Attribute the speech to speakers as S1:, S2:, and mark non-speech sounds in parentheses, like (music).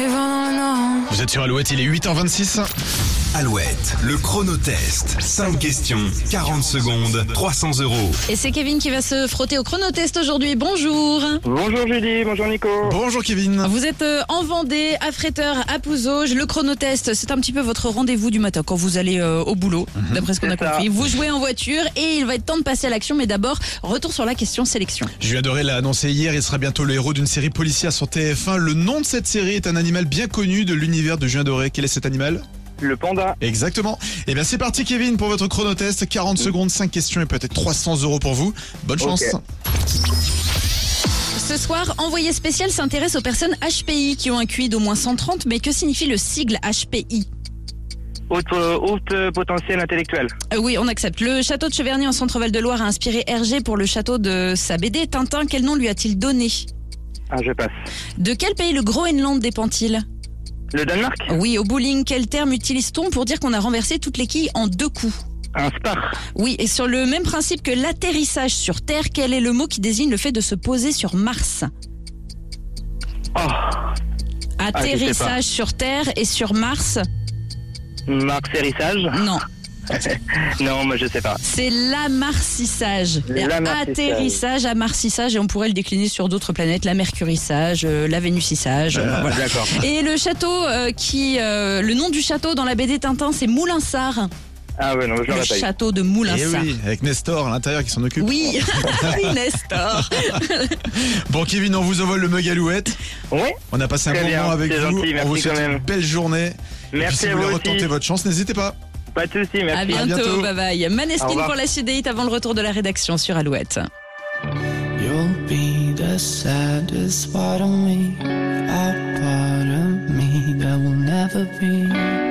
S1: et vent dans le nord.
S2: Vous êtes sur Alouette, il est 8h26.
S3: Alouette, le chronotest. 5 questions, 40 secondes, 300 euros.
S4: Et c'est Kevin qui va se frotter au chronotest aujourd'hui. Bonjour.
S5: Bonjour Julie, bonjour Nico.
S2: Bonjour
S5: Ah.
S2: Kevin.
S4: Vous êtes euh, en Vendée, à Fréteur, à Pouzauges. Le chronotest, c'est un petit peu votre rendez-vous du matin quand vous allez euh, au boulot, d'après ce qu'on a
S5: Mhm. C'est ça.
S4: compris. Vous jouez en voiture et il va être temps de passer à l'action. Mais d'abord, retour sur la question sélection.
S2: Julien Doré l'a annoncé hier, il sera bientôt le héros d'une série policière sur TF1. Le nom de cette série est un animal bien connu de l'univers de Julien Doré. Quel est cet animal
S5: Le panda.
S2: Exactement. Et bien c'est parti Kevin pour votre chronotest. 40 secondes, 5 questions et peut-être 300 euros pour vous. Bonne chance.
S5: Ok.
S4: Ce soir, Envoyé spécial s'intéresse aux personnes HPI qui ont un QI d'au moins 130. Mais que signifie le sigle HPI
S5: Haute, euh, haute potentiel intellectuel.
S4: Euh, Oui, on accepte. Le château de Cheverny en centre-val de Loire a inspiré Hergé pour le château de sa BD. Tintin, quel nom lui a-t-il donné
S5: Ah, je passe.
S4: De quel pays le Groenland dépend-il
S5: Le Danemark
S4: Oui, au bowling, quel terme utilise-t-on pour dire qu'on a renversé toutes les quilles en deux coups
S5: Un spar.
S4: Oui, et sur le même principe que l'atterrissage sur Terre, quel est le mot qui désigne le fait de se poser sur Mars
S5: Oh,
S4: Atterrissage sur Terre et sur Mars
S5: Marc Sérissage
S4: Non,
S5: Non, moi je sais pas.
S4: c'est l'amarcissage.
S5: L'amarcissage.
S4: Atterrissage, amarcissage, et on pourrait le décliner sur d'autres planètes, la mercurissage, euh, la vénusissage. euh, voilà.
S5: D'accord.
S4: Et le château euh, qui, euh, le nom du château dans la BD Tintin, c'est Moulinsart.
S5: Ah ouais, non, je
S4: Le
S5: l'aurais pas eu.
S4: château de
S2: Et
S4: Moulinsart.
S2: Eh oui, avec Nestor à l'intérieur qui s'en occupe.
S4: Oui, (laughs) oui, Nestor.
S2: Bon Kevin, on vous envole le mug Alouette.
S5: Ouais,
S2: On a passé un
S5: Très
S2: bon
S5: bien,
S2: moment avec
S5: c'est
S2: vous.
S5: gentil,
S2: on vous
S5: merci
S2: souhaite
S5: quand
S2: une
S5: même.
S2: belle journée. et puis,
S5: Merci
S2: si
S5: à
S2: vous voulez
S5: vous
S2: retenter
S5: aussi.
S2: votre chance, n'hésitez pas.
S5: pas de soucis, merci.
S4: À bientôt,
S2: bientôt.
S4: bye bye.
S5: Au
S4: Maneskin
S5: revoir.
S4: pour la Sudéite avant le retour de la rédaction sur Alouette.
S6: You'll be the saddest part of me, a part of me that will never be.